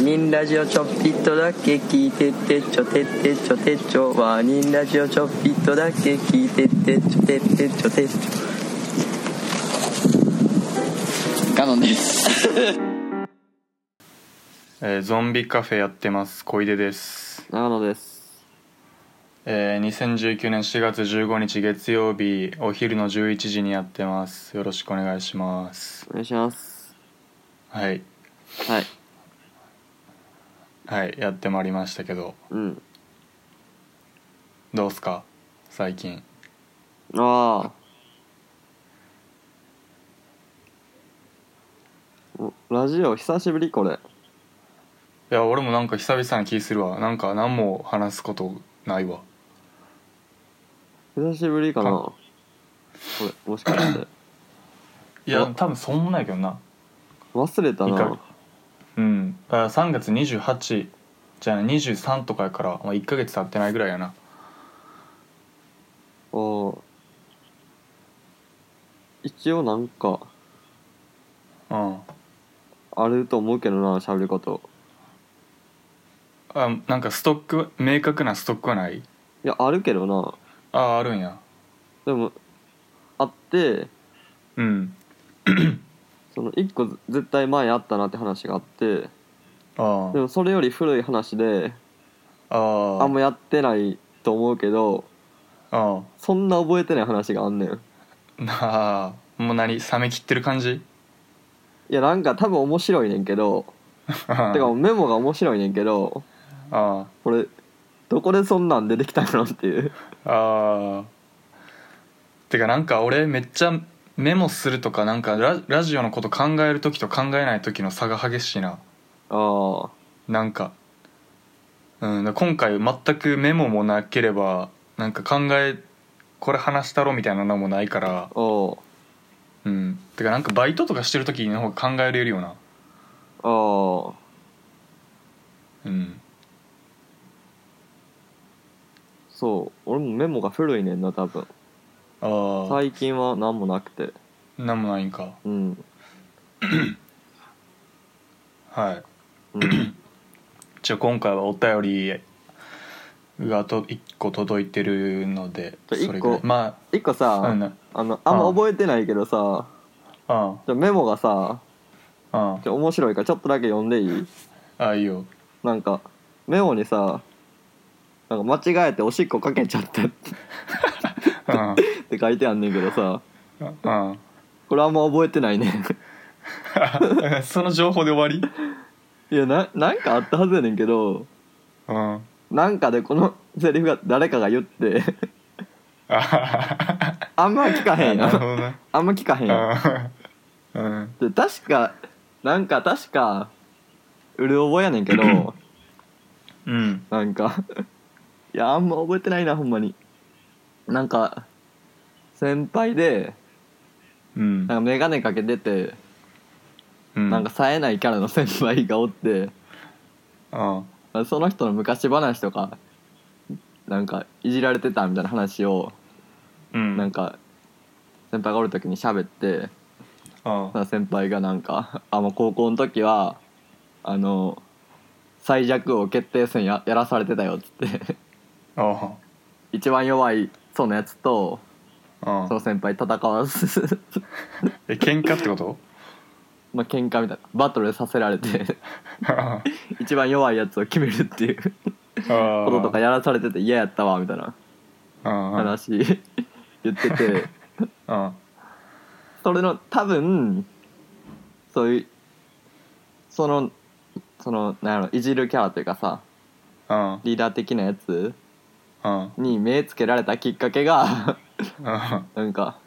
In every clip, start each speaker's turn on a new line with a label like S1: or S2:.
S1: ニンラジオちょっぴっとだけ聞いてってちょてってちょてちょワニンラジオちょっぴっとだけ聞いてってちょてってちょてちょ
S2: ガノンです
S3: えーゾンビカフェやってます小出です、
S4: 長野です
S3: えー2019年4月15日月曜日お昼の11時にやってますよろしくお願いします
S4: お願いします
S3: はい
S4: はい
S3: はいやってまいりましたけど
S4: うん
S3: どうっすか最近
S4: ああおラジオ久しぶりこれ
S3: いや俺もなんか久々な気するわなんか何も話すことないわ
S4: 久しぶりかな
S3: か
S4: これもしかして
S3: い
S4: や
S3: や多分そんなんやけどな
S4: 忘れた
S3: いい
S4: な
S3: かうんだから3月28じゃあ23とかやから、まあ、1ヶ月経ってないぐらいやな
S4: おお一応なんか
S3: うん
S4: あると思うけどな喋ること
S3: あなんかストック明確なストックはない
S4: いやあるけどな
S3: あああるんや
S4: でもあって
S3: うん
S4: その一個ず絶対前あったなって話があって
S3: あ
S4: でもそれより古い話で
S3: ああ
S4: あんまやってないと思うけど
S3: あ
S4: そんな覚えてない話があんねん
S3: あなあもう何冷め切ってる感じ
S4: いやなんか多分面白いねんけど
S3: て か
S4: てかメモが面白いねんけど
S3: あ
S4: これどこでそんなん出てきたのって いう
S3: あああてかなんか俺めっちゃメモするとかなんかララジオのこと考える時と考えない時の差が激しいな
S4: ああ
S3: なんか,、うん、だから今回全くメモもなければなんか考えこれ話したろみたいなのもないから
S4: お
S3: うんてかなんかバイトとかしてる時の方が考えれるよな
S4: ああ
S3: うん
S4: そう俺もメモが古いねんな多分
S3: ああ、
S4: 最近は何もなくて
S3: なんもないんか
S4: うん
S3: はい
S4: うん
S3: じゃあ今回はお便りがと1個届いてるので
S4: じゃあ一個
S3: それぐらいま
S4: 一個さ、
S3: あうんな
S4: あのあんま覚えてないけどさ
S3: あ
S4: じゃあメモがさ
S3: あ
S4: じゃあ面白いからちょっとだけ読んでいい
S3: ああいいよ
S4: なんかメモにさなんか間違えておしっこかけちゃったっ
S3: うん
S4: て書いてあんねんけどさ
S3: うん
S4: これあんま覚えてないねん
S3: その情報で終わ
S4: いやななんかあったはずやねんけど
S3: りうんあ
S4: なんかでこのセリフが誰かが言って
S3: はは
S4: あんま聞かへんや
S3: なるほ
S4: ん
S3: どね
S4: あんま聞かへんや
S3: うんうん
S4: んで確かなんか確かうる覚えやねんけど
S3: うん
S4: なんか いやあんま覚えてないなほんまになんか先輩で
S3: うん
S4: なんか眼鏡かけてて、
S3: うん
S4: なんか冴えないキャラの 先輩がおって
S3: うん
S4: その人の昔話とかなんかいじられてたみたいな話を
S3: うん
S4: なんか先輩がおる時に喋って
S3: うん
S4: その先輩がなんか「あもう高校の時はあの最弱を決定戦ややらされてたよ」っつって
S3: あ
S4: 一番弱いそのやつと
S3: あう
S4: そ
S3: ん
S4: の先輩戦わず
S3: え喧嘩ってこと
S4: まあ喧嘩みたいなバトルさせられて
S3: あ
S4: 一番弱いやつを決めるっていう
S3: あ
S4: こととかやらされてて嫌やったわみたいな
S3: うんうんうん
S4: 話 言っててそれの多分そういうそのそのなんやろいじるキャラというかさ
S3: うん
S4: リーダー的なやつ
S3: うん
S4: に目つけられたきっかけが
S3: うん
S4: なんか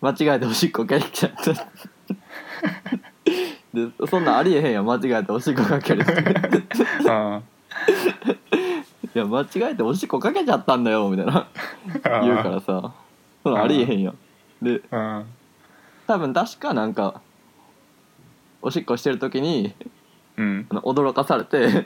S4: 間違えておしっこかけちゃった でそんなんありえへんやん間違えておしっこかけるって
S3: うん
S4: いや間違えておしっこかけちゃったんだよみたいな言うからさそんなんありえへんやんで
S3: うん
S4: 多分確かなんかおしっこしてる時に
S3: うん
S4: あの驚かされ て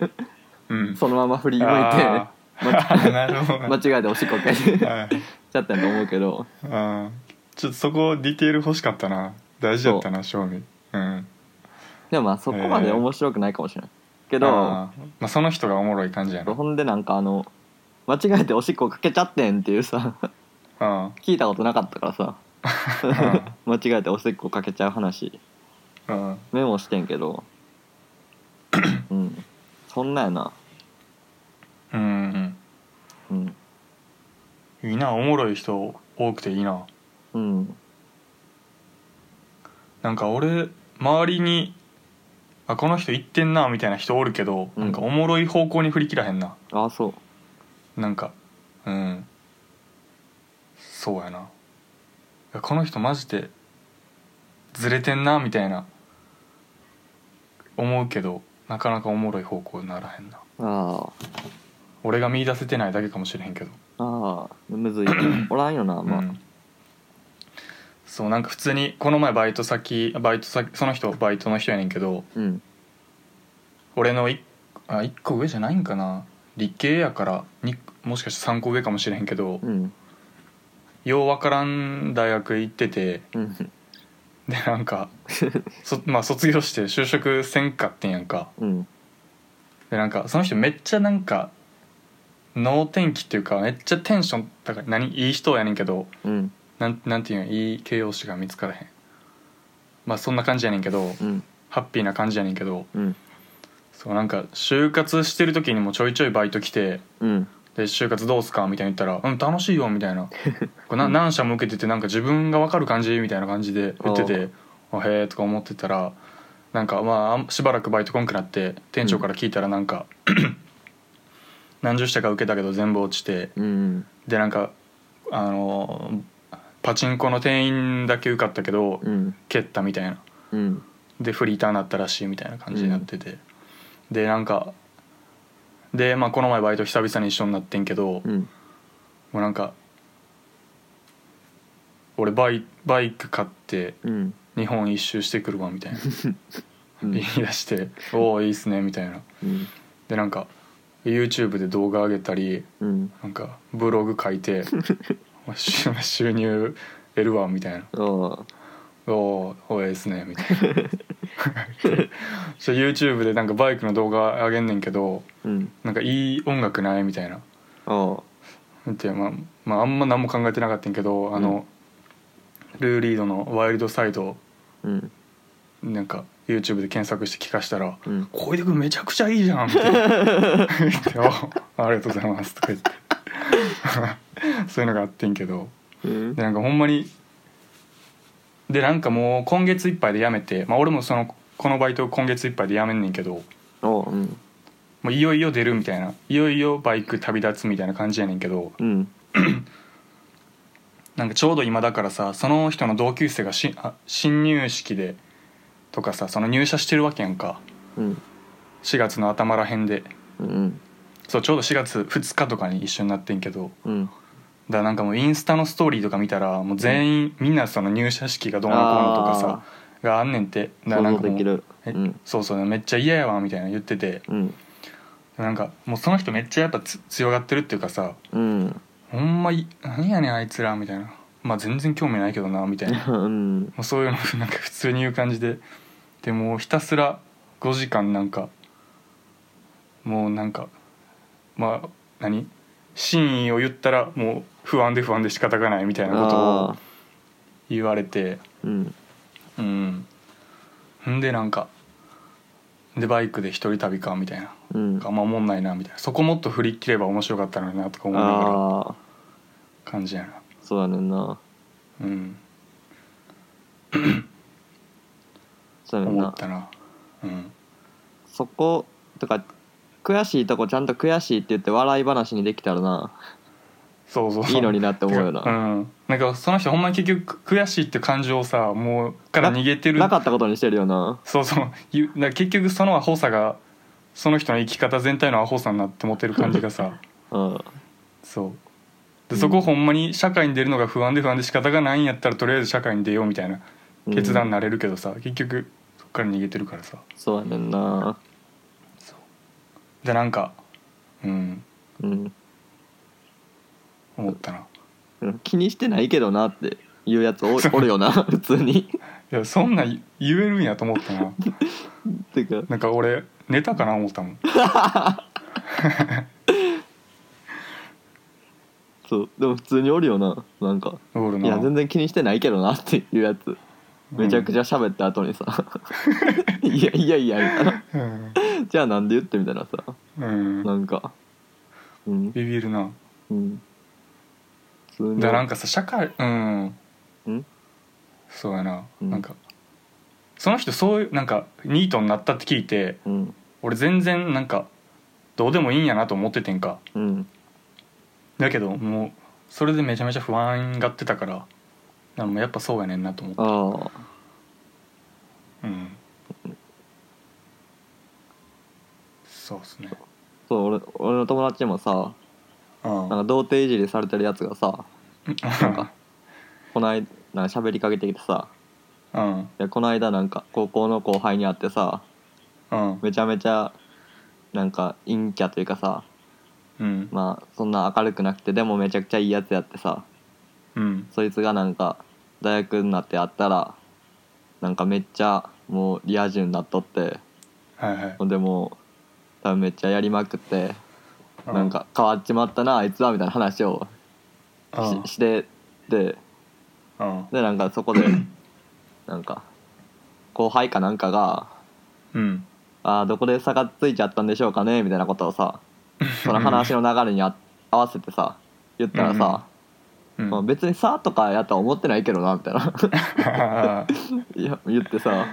S3: うん
S4: そのまま振り向いて
S3: あ ーなるほど
S4: 間
S3: ね
S4: 違えておしっこかけちゃっ
S3: はい
S4: たんやと思うけど
S3: あーちょっとそこディテール欲しかったな大事だったな正味うん
S4: でもまあそこまで面白くないかもしれないけど
S3: あーまあ、その人がおもろい感じやな
S4: ほんでなんかあの間違えておしっこかけちゃってんっていうさ
S3: うん
S4: 聞いたことなかったからさ間違えておしっこかけちゃう話
S3: うん
S4: メモしてんけ どうんそんなんやな
S3: うん
S4: うん
S3: いいなおもろい人多くていいな
S4: うん
S3: なんか俺周りにあこの人行ってんなみたいな人おるけど、
S4: うん
S3: なんかおもろい方向に振り切らへんな
S4: ああそう
S3: なんかうんそうやないやこの人マジでずれてんなみたいな思うけどなかなかおもろい方向にならへんな
S4: あ
S3: 俺が見出せてないだけかもしれへんけど、
S4: あああむずい おらんよなまあ、
S3: うんそうなんか普通にこの前バイト先バイト先その人バイトの人やねんけど
S4: うん
S3: 俺の 1, あ1個上じゃないんかな理系やからにもしかして3個上かもしれへんけど、
S4: うん
S3: ようわからん大学行ってて
S4: うん
S3: でなんかそ、 まあ、卒業して就職せんかってんやんか
S4: うん
S3: でなんかその人めっちゃなんか能天気っていうかめっちゃテンション高い何いい人やねんけど
S4: うん
S3: なんなんていうんいい形容詞が見つからへんまあそんな感じやねんけど、
S4: うん
S3: ハッピーな感じやねんけど
S4: うん
S3: そうなんか就活してる時にもちょいちょいバイト来て
S4: うん
S3: で就活どうすかみたいに言ったら「うん楽しいよ」み たいなこうな何社も受けててなんか自分が分かる感じみたいな感じで言ってて「おへえ」とか思ってたらなんかまああんしばらくバイトこんくなって店長から聞いたらなんか、 何十社か受けたけど全部落ちて
S4: うん
S3: でなんかあのパチンコの店員だけ受かったけど、
S4: うん
S3: 蹴ったみたいな
S4: うん
S3: でフリーターになったらしいみたいな感じになってて、でなんかで、まあ、この前バイト久々に一緒になってんけど、
S4: うん
S3: もうなんか俺バイバイク買って
S4: うん
S3: 日本一周してくるわみたいな
S4: うん
S3: 言い出して「おおいいっすね」みたいな
S4: うん
S3: でなんか YouTube で動画上げたり
S4: うん
S3: なんかブログ書いて まあ収収入得るわみたいな
S4: ああ
S3: 「おおおいいっすね」みたい なそう YouTube でなんかバイクの動画上げんねんけど
S4: うん
S3: なんかいい音楽ないみたいな
S4: ああ
S3: でまあ、まあ、あんま何も考えてなかったんやけどあの、ルー・リードの「ワイルドサイド
S4: うん」
S3: なんか YouTube で検索して聞かしたら
S4: うん
S3: 「小出君めちゃくちゃいいじゃん」みたいな「言ってあありがとうございます」とか言って そういうのがあってんけど
S4: うん
S3: でなんかほんまにでなんかもう今月いっぱいで辞めて、まあ、俺もそのこのバイト今月いっぱいで辞めんねんけど
S4: おうん
S3: もういよいよ出るみたいないよいよバイク旅立つみたいな感じやねんけど、
S4: うん
S3: なんかちょうど今だからさその人の同級生がしあ新入式でとかさその入社してるわけやんか
S4: うん
S3: 4月の頭らへんで
S4: うん
S3: そうちょうど4月2日とかに一緒になってんけど
S4: うん
S3: だからなんかもうインスタのストーリーとか見たらもう全員、みんなその入社式がどうのこうのとかさがあんねんてだから
S4: 想
S3: な
S4: 像
S3: んか
S4: で
S3: も
S4: き
S3: う
S4: る
S3: え
S4: うん
S3: そうそうめっちゃ嫌やわみたいな言ってて
S4: うん
S3: なんかもうその人めっちゃやっぱつ強がってるっていうかさ
S4: うん
S3: ほんまい何やねんあいつらみたいなまあ全然興味ないけどなみたいな
S4: うん
S3: もうそういうのなんか普通に言う感じででもうひたすら5時間なんかもうなんかまあ何真意を言ったらもう不安で不安で仕方がないみたいなことを
S4: ああ
S3: 言われて
S4: うん
S3: うんんでなんかでバイクで一人旅かみたいな
S4: うん
S3: あんまおもんないなみたいなそこもっと振り切れば面白かったのになとか思いながら
S4: ああ
S3: 感じやな
S4: そうやねんな
S3: うん
S4: そうやねん
S3: 思
S4: な
S3: ったなうん
S4: そことか悔しいとこちゃんと悔しいって言って笑い話にできたらな
S3: そうそうそう
S4: いいのになって思うよな
S3: うん、なんかその人ほんまに結局悔しいって感情をさも うから逃げてる
S4: なかったことにしてるよな
S3: そうそうゆなんか結局そのアホさがその人の生き方全体のアホさになって持ってる感じがさ
S4: うん
S3: そうでそこほんまに社会に出るのが不安で不安で仕方がないんやったらとりあえず社会に出ようみたいな
S4: うん
S3: 決断になれるけどさ、結局そっから逃げてるからさ
S4: そうやねんな
S3: でなんかうん
S4: うん
S3: 思ったな
S4: 気にしてないけどなって言うやつおおるよな普通に
S3: いやそんなん言言えるんやと思ったな
S4: てか
S3: なんか俺寝たかな思ったもん
S4: そうでも普通におるよななんか
S3: オール
S4: いや全
S3: の
S4: 然気にしてないけどなっていうやつめちゃくちゃ喋った後にさ「いやいやいや」みたいな
S3: うん
S4: 「じゃあなんで言って」みたいなさ
S3: うん
S4: なんかうん
S3: ビビるな
S4: うん普通に
S3: だからなんかさ社会うん
S4: うん
S3: そうやな、
S4: うん
S3: なんかその人そういうなんかニートになったって聞いて
S4: うん
S3: 俺全然なんかどうでもいいんやなと思っててんか
S4: うん
S3: だけどもうそれでめちゃめちゃ不安がってたからでもやっぱそうやねんなと思って
S4: ああ
S3: うんそうっすね
S4: そう俺俺の友達もさ
S3: あ
S4: なんか童貞いじりされてるやつがさ
S3: あ
S4: こないなんか喋りかけてきてさ
S3: うん
S4: いやこの間なんか高校の後輩に会ってさ
S3: うん
S4: めちゃめちゃなんか陰キャというかさ
S3: うん
S4: まあそんな明るくなくてでもめちゃくちゃいいやつやってさ
S3: うん
S4: そいつがなんか大学になって会ったらなんかめっちゃもうリア充になっとって
S3: はいはい
S4: ほんでもう多分めっちゃやりまくって
S3: うん
S4: なんか変わっちまったなあいつはみたいな話を
S3: うん
S4: ししてで
S3: うん
S4: でなんかそ こでなんか後輩かなんかが
S3: うん
S4: 「あーどこで差がついちゃったんでしょうかね」みたいなことをさその話の流れにあ合わせてさ言ったらさ、
S3: う
S4: まあ、
S3: ん
S4: 別に「さ」とかやとは思ってないけどなみたいな いや言ってさ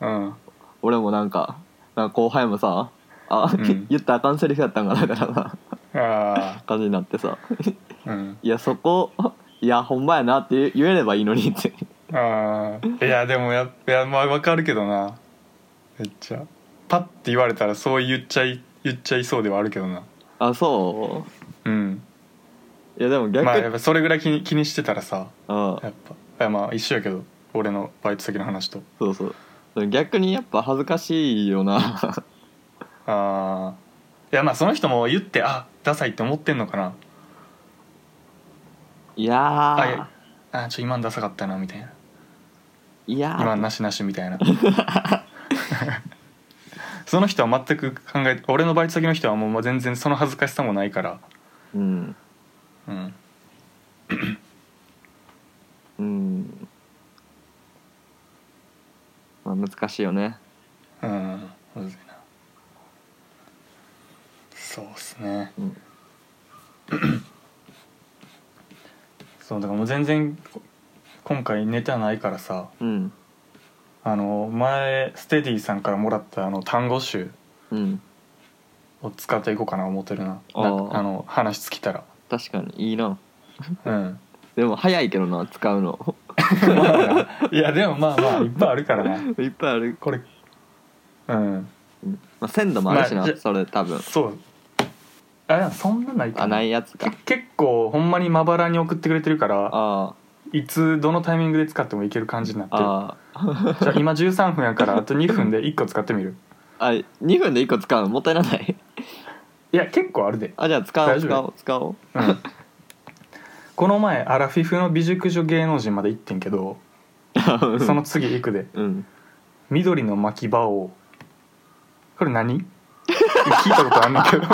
S3: うん
S4: 俺もなんかなんか後輩もさあ、
S3: ん
S4: 言ったらあかんセリフやったんかなみたいなさ
S3: あ
S4: 感じになってさ
S3: あうん
S4: 「いやそこ いやほんまやな」って言えればいいのにって
S3: ああいやでもやいやまあわかるけどなめっちゃパッて言われたらそう言っちゃい言っちゃいそうではあるけどな
S4: あそ
S3: うん
S4: ういやでも逆に、
S3: まあやっぱそれぐらい気に気にしてたらさ
S4: うん
S3: やっぱいやまあ一緒やけど俺のバイト先の話と
S4: そうそう逆にやっぱ恥ずかしいよな
S3: ああいやまあその人も言ってあダサいって思ってんのかない
S4: や
S3: あい
S4: ー
S3: やあちょ今のダサかったなみたいない
S4: やー
S3: 今のなしなしみたいな その人は全く考え俺のバイト先の人はもう全然その恥ずかしさもないから
S4: うん
S3: うん
S4: うんまあ難しいよね
S3: うんむずいなそうっすね、
S4: うん
S3: そうだからもう全然こ今回ネタないからさ
S4: うん
S3: あの前ステディさんからもらったあの単語集
S4: うん
S3: を使っていこうかな思ってるな
S4: あー
S3: なんかあの話尽きたら
S4: 確かにいいな
S3: うん
S4: でも早いけどな使うの
S3: いやでもまあまあいっぱいあるからない
S4: っぱいある、
S3: これうん
S4: まあ、鮮度もあるしな、
S3: まあじゃ
S4: それ多分
S3: そうあいやそんなないか
S4: あないやつか
S3: 結構ほんまにまばらに送ってくれてるから
S4: あ
S3: いつどのタイミングで使ってもいける感じになって
S4: あ
S3: る
S4: あ
S3: じゃあ今13分 やからあと2分で1個使ってみる
S4: ああ2分で1個使うのもったいなない
S3: いや結構あるで、
S4: あじゃあ使おう
S3: 大丈夫
S4: 使おう使おう
S3: うん、この前アラフィフの美熟女芸能人まで行ってんけどその次行くで
S4: うん
S3: 緑の巻き場をこれ何聞いたことあんねん けど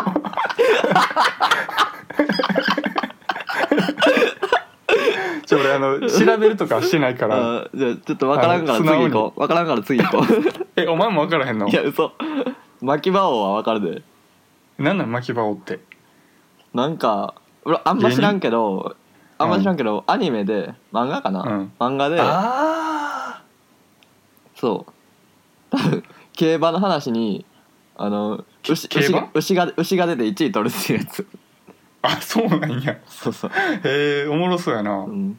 S3: ちょ俺あの調べるとかはしてないから
S4: あじゃあちょっと分からんから次行こう分からんから次行こ う
S3: えお前も分からへんの
S4: いや嘘巻き場王は分かるで
S3: 何なん巻き場をって
S4: なんか俺あんま知らんけどあんま知らんけど、アニメで漫画かな、
S3: うん
S4: 漫画で
S3: あ
S4: そう 多分競馬の話にあの牛
S3: 競
S4: 牛
S3: 馬
S4: が牛が牛が出て1位取るっていうやつ
S3: ーあそうなんや
S4: そうそう、
S3: へえおもろそうやな、
S4: うん、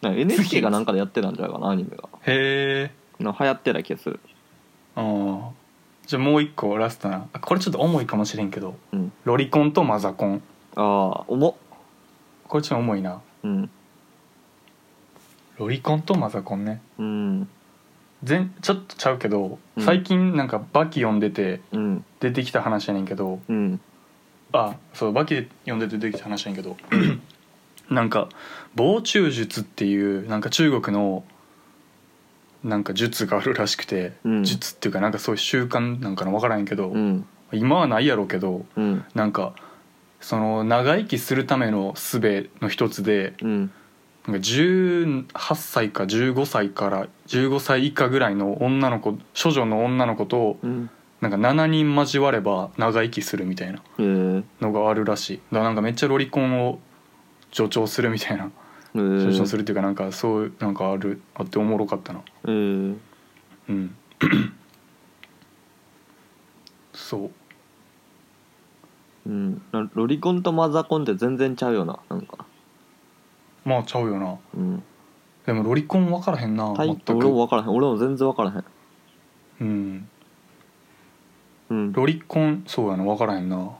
S4: なんか NHK がなんかでやってたんじゃないかなアニメが
S3: へえ
S4: なんか流行ってた気がする
S3: あじゃあもう一個ラストなあこれちょっと重いかもしれんけど
S4: うん
S3: ロリコンとマザコン
S4: ああ重っ
S3: これちょっと重いな
S4: うん
S3: ロリコンとマザコンね
S4: うん
S3: 全ちょっとちゃうけど
S4: うん
S3: 最近なんかバキ読んでて
S4: うん
S3: 出てきた話やねんけど
S4: うん
S3: あそうバキ読んでて出てきた話やねんけど なんか防虫術っていうなんか中国のなんか術があるらしくて、
S4: うん
S3: 術っていうかなんかそういう習慣なんかの分からんけど、
S4: うん
S3: 今はないやろうけど
S4: うん
S3: なんかその長生きするための術の一つで
S4: うん
S3: なんか18歳か15歳から15歳以下ぐらいの女の子処女の女の子と
S4: うん
S3: なんか7人交われば長生きするみたいな
S4: へえ
S3: のがあるらしいだからなんかめっちゃロリコンを助長するみたいな
S4: え
S3: 助長するっていうかなんかそういうなんかあるあっておもろかったな
S4: えー
S3: うん そ
S4: う
S3: う
S4: んなロリコンとマザコンって全然ちゃうよななんか
S3: まあちゃうよな
S4: うん
S3: でもロリコン分からへんな
S4: タイ
S3: 全
S4: 俺
S3: く
S4: も分からへん俺も全然分からへん
S3: うん
S4: うん
S3: ロリコンそうやな分からへんな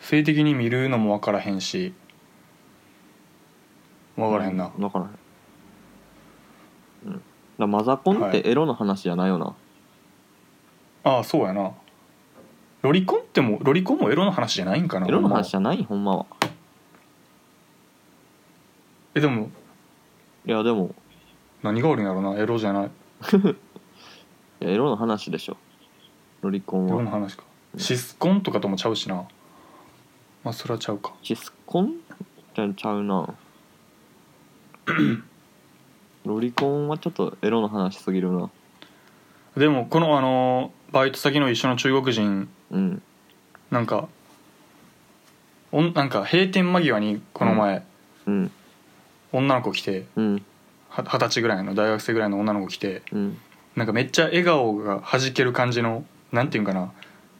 S3: 性的に見るのも分からへんし分からへんな
S4: 分からへん、うん、だからマザコンっ
S3: は
S4: て
S3: い
S4: エロの話じゃないよな、
S3: ああそうやなロリコンってもロリコンもエロの話じゃないんかな
S4: エロの話じゃないほんまは
S3: えでも
S4: いやでも
S3: 何があるんやろなエロじゃない
S4: いやエロの話でしょロリコン
S3: エロ
S4: は
S3: の話かシスコンとかともちゃうしなまあそれはちゃうか
S4: シスコンじゃちゃう なロリコンはちょっとエロの話すぎるな
S3: でもこのあのバイト先の一緒の中国人
S4: うん
S3: なんかおんなんか閉店間際にこの前、
S4: うん
S3: 女の子来て
S4: うん
S3: は二十歳ぐらいの大学生ぐらいの女の子来て
S4: うん
S3: なんかめっちゃ笑顔がはじける感じのなんていうんかな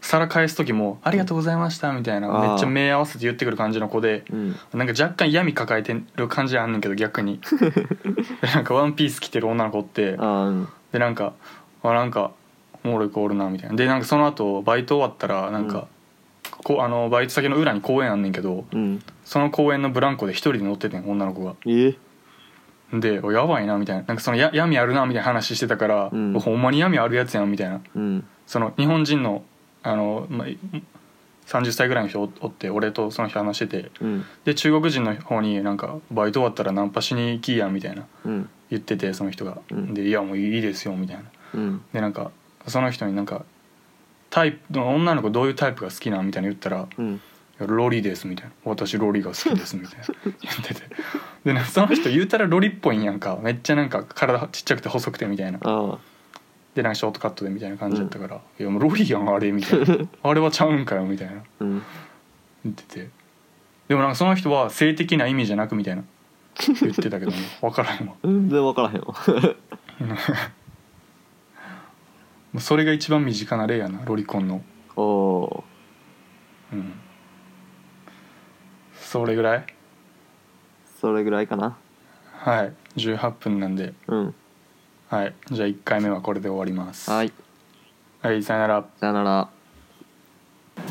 S3: 皿返す時も「ありがとうございました」みたいな
S4: あー
S3: めっちゃ目合わせて言ってくる感じの子で
S4: うん
S3: なんか若干闇抱えてる感じあんねんけど逆にでなんかワンピース着てる女の子って
S4: あーうん
S3: でなんかあなんかおもろい子おるなみたいなでなんかその後バイト終わったらなんか、こうあのバイト先の裏に公園あんねんけど
S4: うん
S3: その公園のブランコで一人で乗っててん女の子が
S4: え
S3: でおやばいなみたいななんかそのや闇あるなみたいな話してたから、
S4: うん
S3: おほんまに闇あるやつやんみたいな
S4: うん
S3: その日本人のあの、まあ、い30歳ぐらいの人おおって俺とその人話してて
S4: うん
S3: で中国人の方になんかバイト終わったらナンパしに行きやみたいな
S4: うん
S3: 言っててその人が、
S4: うん
S3: でいやもういいですよみたいな
S4: うん
S3: でなんかその人になんかタイプ女の子どういうタイプが好きなんみたいな言ったら
S4: うん
S3: 「ロリです」みたいな「私ロリが好きです」みたいな言っててでなんかその人言うたらロリっぽいんやんかめっちゃなんか体ちっちゃくて細くてみたいな
S4: あ
S3: でなんかショートカットでみたいな感じだったから「いやもうロリやんあれ」みたいな 「あれはちゃうんかよ」みたいな
S4: ーうん
S3: 言っててでもなんかその人は性的な意味じゃなくみたいな言ってたけど、ね、分からへんわ
S4: 全然分からへんわ
S3: もうそれが一番身近な例やなロリコンの
S4: おお
S3: うんそれぐらい
S4: ーそれぐらいかな
S3: はい18分なんで
S4: うん
S3: はいじゃあ1回目はこれで終わります
S4: はい
S3: はいさよなら
S4: さよなら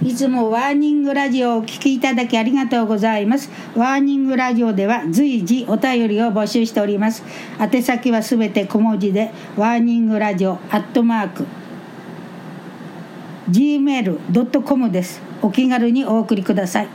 S5: いつもワーニングラジオをお聞きいただきありがとうございます。ワーニングラジオでは随時お便りを募集しております。宛先はすべて小文字で、ワーニングラジオアットマーク、gmail.com です。お気軽にお送りください。